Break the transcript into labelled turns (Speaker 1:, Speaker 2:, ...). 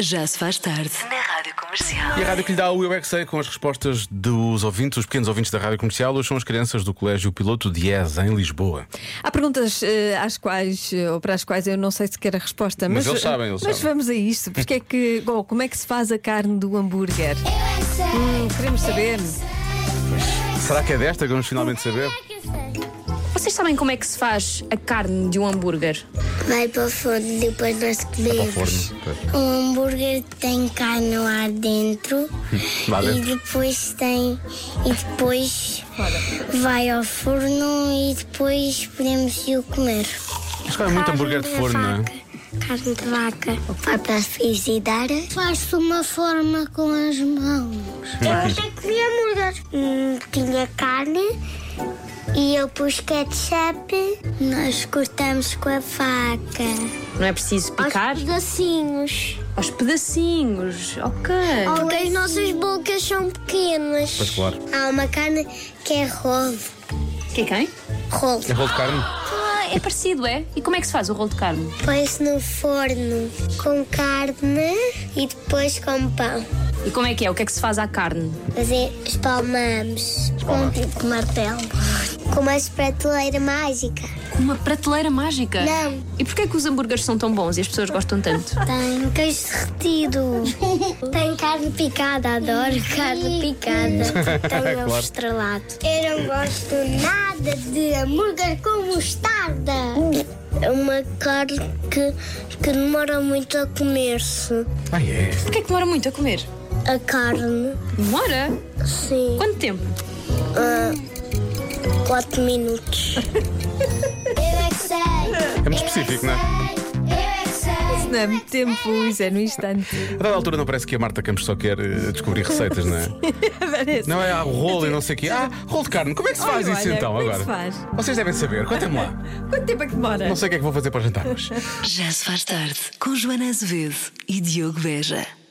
Speaker 1: Já se faz tarde. Na Rádio Comercial.
Speaker 2: E a rádio que lhe dá o Eu é que Sei, com as respostas dos ouvintes, os pequenos ouvintes da rádio comercial, hoje são as crianças do Colégio Piloto Diez, em Lisboa.
Speaker 3: Há perguntas eh, às quais, eh, ou para as quais eu não sei sequer a resposta,
Speaker 2: Mas
Speaker 3: mas, eh,
Speaker 2: eles sabem, eles
Speaker 3: mas
Speaker 2: sabem.
Speaker 3: vamos a isto. Porque é que, bom, como é que se faz a carne do hambúrguer? Hum, queremos saber.
Speaker 2: Será que é desta que vamos finalmente saber?
Speaker 4: Vocês sabem como é que se faz a carne de um hambúrguer?
Speaker 5: Vai para o forno, depois nós
Speaker 2: Ao
Speaker 5: comemos.
Speaker 2: forno. Pois.
Speaker 5: O hambúrguer tem carne lá dentro
Speaker 2: Lá
Speaker 5: e
Speaker 2: dentro.
Speaker 5: depois tem e depois vai ao forno e depois podemos ir comer.
Speaker 2: Mas claro, é muito hambúrguer de forno, não é?
Speaker 5: Carne de vaca. Vai para a frigideira. Faz-se uma forma com as mãos.
Speaker 2: Hum,
Speaker 5: Eu já queria mudar. tinha carne e eu pus ketchup. Nós cortamos com a faca.
Speaker 4: Não é preciso picar?
Speaker 5: Aos pedacinhos.
Speaker 4: Aos pedacinhos, ok.
Speaker 5: É. Porque as nossas bocas são pequenas.
Speaker 2: Pois claro.
Speaker 5: Há uma carne que é rolo.
Speaker 4: Que é quem?
Speaker 5: Rolo.
Speaker 2: É rolo de carne?
Speaker 4: Ah, é parecido, é? E como é que se faz o rolo de carne?
Speaker 5: Põe-se no forno com carne e depois com pão.
Speaker 4: E como é que é? O que é que se faz à carne?
Speaker 5: Mas é, espalmamos com um tipo de martelo. Com uma esprateleira mágica.
Speaker 4: Com uma prateleira mágica?
Speaker 5: Não.
Speaker 4: E porquê é que os hambúrgueres são tão bons e as pessoas gostam tanto?
Speaker 5: Tem um queijo derretido. Tem carne picada, adoro carne picada. Tem ovo estrelado. Eu não gosto nada de hambúrguer com mostarda. É uma carne que, que demora muito a comer-se.
Speaker 2: Ah, é.
Speaker 4: Porquê é que demora muito a comer?
Speaker 5: A carne,
Speaker 4: Demora?
Speaker 5: sim.
Speaker 4: Quanto tempo?
Speaker 5: 4 minutos. Eu é que sei.
Speaker 2: É muito específico, não é?
Speaker 5: Eu é que sei.
Speaker 3: Não é muito tempo, isso é no instante.
Speaker 2: A dada altura não parece que a Marta Campos só quer eh, descobrir receitas, não é?
Speaker 3: Parece.
Speaker 2: Não é ah, o rolo e não sei o quê. Ah, rolo de carne. Como é que se
Speaker 3: Olha,
Speaker 2: faz isso
Speaker 3: olha,
Speaker 2: então
Speaker 3: como é que
Speaker 2: agora?
Speaker 3: se
Speaker 2: Vocês devem saber. Contem-me lá.
Speaker 3: Quanto tempo é que demora?
Speaker 2: Não sei o que é que vou fazer para jantar hoje.
Speaker 1: Já se faz tarde. Com Joana Azevedo e Diogo Veja.